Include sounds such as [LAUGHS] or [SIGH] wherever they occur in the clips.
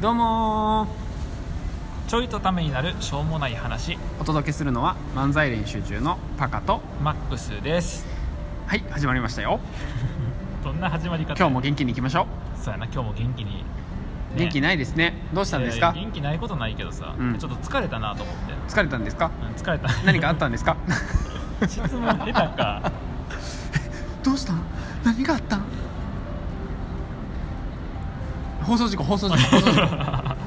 どうもーちょいとためになるしょうもない話お届けするのは漫才練習中のパカとマックスですはい始まりましたよどんな始まり方今日も元気にいきましょそうやな今日も元気に、ねう、元気いないですねどうしたんですか、元気ないことないけどさ、うんちょっと疲れたなと思って、疲れたんですかうん、疲れた何かあったんですか [LAUGHS] 質問出たか [LAUGHS] どうしたん何があったん放送事故放送事故 [LAUGHS] 放送事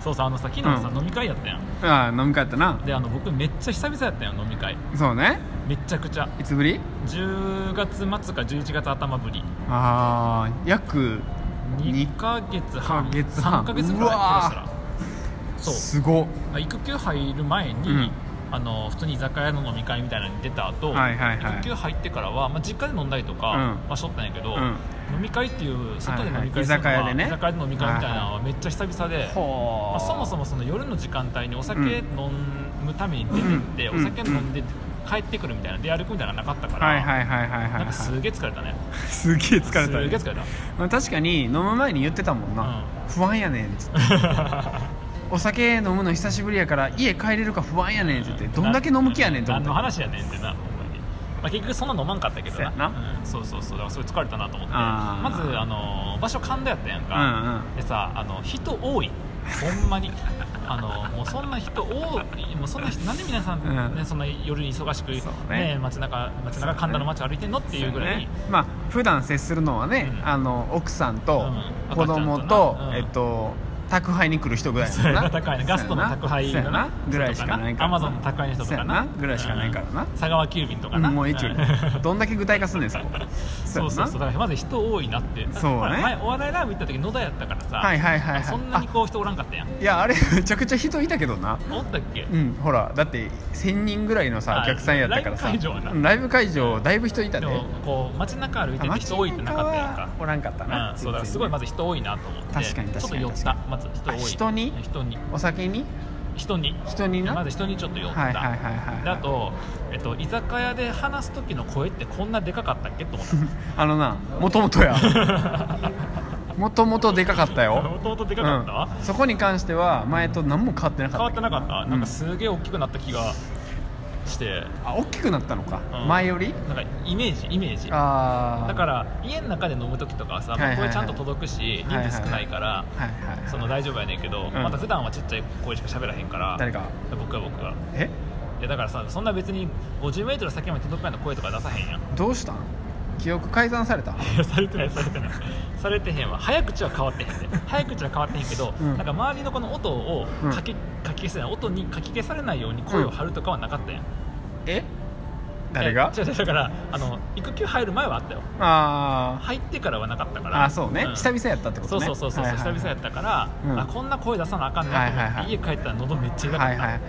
そうさあのさ昨日さ、うん飲み会やったやん故ああ飲み会やったなであの僕めっちゃ久々やったやん飲み会そうねめっちゃくちゃいつぶり10月末か11月頭ぶりああ約2ヶ月半二ヶ月半3ヶ月ぐらいうわー下手したらそうすごあ育休入る前に、うんあの普通に居酒屋の飲み会みたいなのに出た後、はいはいはい育休入ってからは、まあ、実家で飲んだりとか、うんまあ、しょったんやけど、うん飲み会っていう外で飲み会するのは、はいはい居酒屋でね居酒屋で飲み会みたいなのはめっちゃ久々で、ほまあ、そもそもその夜の時間帯にお酒飲むために出てって、うんお酒飲んで帰ってくるみたいな出歩くみたいなのなかったから、はいはいはいはいはないんはかいすげえ疲れたねすげえ疲れたすねげえ疲れたまあ確かに飲む前に言ってたもんな、不安やねんっつってお酒飲むの久しぶりやから家帰れるか不安やねんって言ってどんだけ飲む気やねんと思何っのて話やねんってなほんまに、まあ、結局そんな飲まんかったけどそうやなうんそうそうそうだからそれ疲れたなと思ってあーまずあの場所神田やったやんうか、んうんでさあの人多いほ [LAUGHS] んまにあのもうそんな人多いもうそんな人なんで皆さん、ねうんそんな夜に忙しく、ねそうね街中街中神田の街歩いてんのっていうぐらいそに、うねまあ普段接するのはね、うんあの奥さんとうん子供と、赤ちゃんとなうんえっと宅配に来る人ぐらいそれが高いねガストの宅配そうやのななぐらいしかないからアマゾンの宅配の人とかそうやなぐらいしかないからなうん佐川急便とかなもう一応んどんだけ具体化すんねんそこそうそうそうやだからまず人多いなってそうねほら前お笑いライブ行った時野田やったからさ、なはいはいはいはいそんなにこう人おらんかったやんあいやあれめちゃくちゃ人いたけどなおったっけうんほらだって1000人ぐらいのさあお客さんやったからさライブ会場はなうんライブ会場だいぶ人いたでねもこう街中歩いてて人多いってなかったやあんか街中はおらんかったな、うん、そうだからすごいまず人多いなと思って確かに確かにちょっと寄ったまず人多いあ人に人にお酒に人に人になまず人にちょっと寄った、はいはいはいはいであと、えっと、居酒屋で話す時の声ってこんなでかかったっけと思っあのなもともとや [LAUGHS] もともとでかかったたよ、もともとでうかかった、ん、そこに関しては前と何も変わってなか変わっったてなかった、うんなんかすげえ大きくなった気がしてあ大きくなったのか、うん前よりなんかイメージイメージああだから家の中で飲む時とかはさ、はいはいはいまあ声ちゃんと届くし人はいはい数少ないから、はいはいはいその大丈夫やねんけど、んまた普段はちっちゃい声しか喋らへんから誰か僕は僕がえいやだからさそんな別に 50m 先まで届くような声とか出さへんやんいどうしたん記憶改ざんされたやされてないされてないされてへんわ早口は変わってへんで早口は変わってへんけど、うんなんか周りのこの音をうんかき,、かき消せない音にかき消されないように声を張るとかはなかったやん、え誰がいや違う違うだからあの育休入る前はあったよあー入ってからはなかったからあそうね、ん久々やったってことそうねそうそうそう、はいはいはい久々やったから、うんあこんな声出さなあかんなと思って、はいはいはい家帰ったら喉めっちゃ痛かった、はいはいうん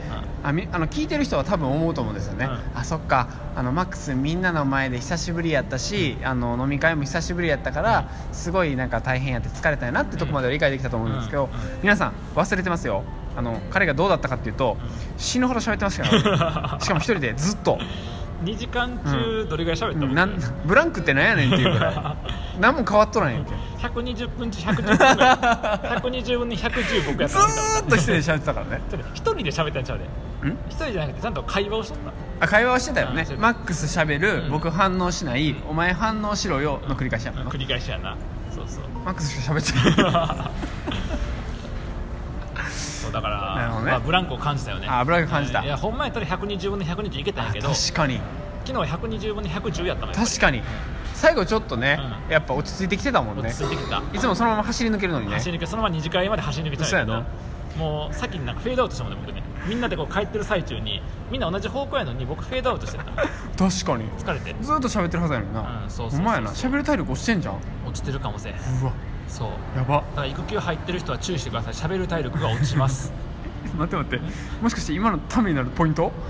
あみあの聞いてる人は多分思うと思うんですよね、うんあそっかあのマックスみんなの前で久しぶりやったし、あの飲み会も久しぶりやったから、すごいなんか大変やって疲れたよなってとこまでは理解できたと思うんですけど、うんうん皆さん忘れてますよあの彼がどうだったかっていうと、う死ぬほど喋ってました [LAUGHS] からねしかも一人でずっと、 2時間中どれぐらい喋ったうの、ん [LAUGHS] なんブランクってなんやねんっていうぐらい何も変わっとらんやんけ120分中110分ぐらい120分に110僕やっずたーっと一人で喋ってたからねちょっと一人で喋ったんちゃうでん一人じゃなくてちゃんと会話をしとったあ会話はしてたようんねしてたマックスしゃべる、うん僕反応しない、お前反応しろよの繰り返しやもんうんな繰り返しやなそう [LAUGHS] そうマックスしか喋ってないそうだから、なるほどねまあ、ブランクを感じたよねあブランク感じたうんいやほんまやったら120分の120いけたんやけど昨確かに日は120分の110やったのよ確かかに最後ちょっとね、うやっぱ落ち着いてきてたもんね落ち着いてきたいつもそのまま走り抜けるのにね走り抜けそのまま二次会まで走り抜けちゃうん嘘ややけどもう先になんかフェードアウトしたもんね僕ねみんなでこう帰ってる最中にみんな同じ方向やのに僕フェードアウトしてた確かに疲れてずっと喋ってるはずやのにな、うんそうそうそうそうお前やな喋る体力落ちてんじゃん落ちてるかもしれんうわそうやばだから育休入ってる人は注意してください喋る体力が落ちます [LAUGHS] 待って待ってもしかして今のためになるポイント [LAUGHS]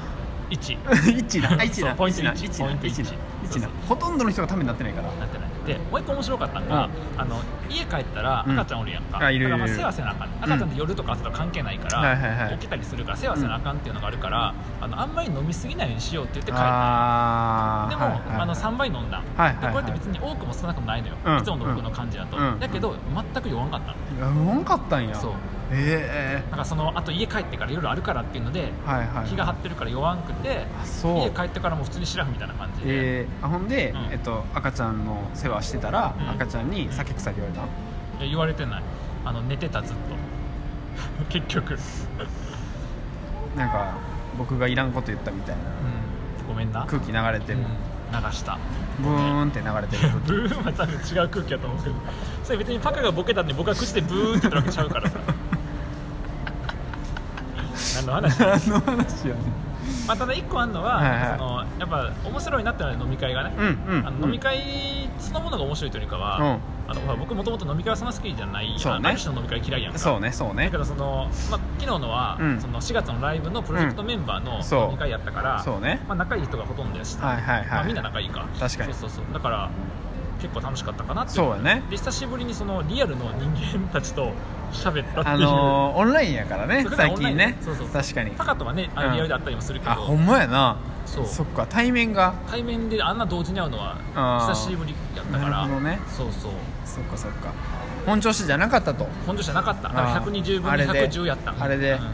1 1だあ1そだうポイント1だ1 1ポイントだ1 1だそうそうほとんどの人がためになってないからなってないでもう一個面白かったのが、あの家帰ったらうん赤ちゃんおるやんか、あいるだからまいるいる世話せなあかん、赤ちゃんって夜とか朝とか関係ないから、はいはいはい起きたりするから世話せなあかんっていうのがあるから、あのあんまり飲みすぎないようにしようって言って帰ったあでーも、はいはいあの3倍飲んだ、はいはいではいこれって別に多くも少なくもないのよ、うんいつもの僕の感じだと、うんだけど全く酔わんかったのいやうまかったんやそうえなんかそのあと家帰ってから夜あるからっていうのでえはいはい日が張ってるから弱んくて、あそう家帰ってからも普通にシラフみたいな感じで、えー、あほんで、うんえっと、赤ちゃんの世話してたら、うん赤ちゃんに酒臭いって言われいや言われてないあの寝てたずっと [LAUGHS] 結局、うん、たなんか僕がいらんこと言ったみたいなごめんな空気流れてる、うん流したブーンって流れてる [LAUGHS] ブーンは多分違う空気だと思うけどそれ別にパカがボケたんで僕が口でブーンって言ったわけちゃうから [LAUGHS] さ何の話時の話よねまあ、ただ一個あるのは、はいはいそのやっぱ面白いなってのは飲み会がね、うんうんあうんの飲み会そのものが面白いというよりかは、あのほら僕もともと飲み会はそんな好きじゃないそうねあのある種の飲み会嫌いやんかそうねそうだねけどその、まあ、昨日のは、うんその4月のライブのプロジェクトメンバーのんそう飲み会やったから、そうねまあ、仲いい人がほとんどやし、はいはいはい、まあ、みんな仲いいか確かにそうそうそうだから結構楽しかったかなっていそうやねで久しぶりにそのリアルの人間たちと喋ったっていう、あのー、 [LAUGHS] オンラインやからねそうだから最近ねオンラインそうそう確かにパカとはねあのリアルであったりもするけど、あほんまやなそうそっか対面が対面であんな同時に会うのはあー久しぶりやったかならるほどねそうそうそっかそっか本調子じゃなかったと本調子じゃなかっただあかーら120分あれので110やったあれでうん [LAUGHS]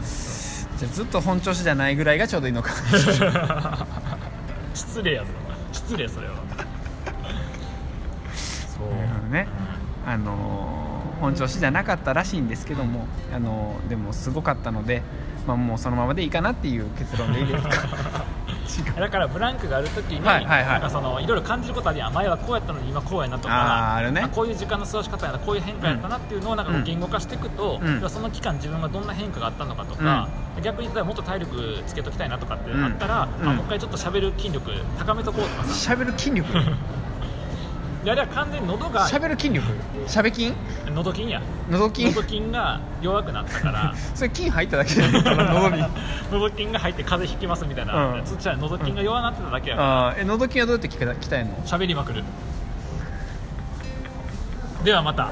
じゃあずっと本調子じゃないぐ [LAUGHS] らいがちょうどいいのか失礼やぞ失礼それはそうなるほどねあのー本調子じゃなかったらしいんですけども、あのーでもすごかったので、まあ、もうそのままでいいかなっていう結論でいいですか [LAUGHS] 違うだからブランクがある時に、はいはいはいなんかそのいろいろ感じることあるやん前はこうやったのに今こうやなとあーかあるねこういう時間の過ごし方やなこういう変化やったなっていうのをなんかこう言語化していくと、うん要はその期間自分がどんな変化があったのかとか、逆に例えばもっと体力つけときたいなとかってあったら、うんあもう一回ちょっと喋る筋力高めとこうとかさ喋る筋力いやあれは完全に喉が喋る筋力喋筋喉筋や喉筋喉筋が弱くなったからそれ筋入っただけじゃないから [LAUGHS] 喉に [LAUGHS] 喉筋が入って風邪ひきますみたいな、うんそっちは喉筋が弱なってただけやからあーえ喉筋はどうやって鍛え鍛えんの喋りまくるではまた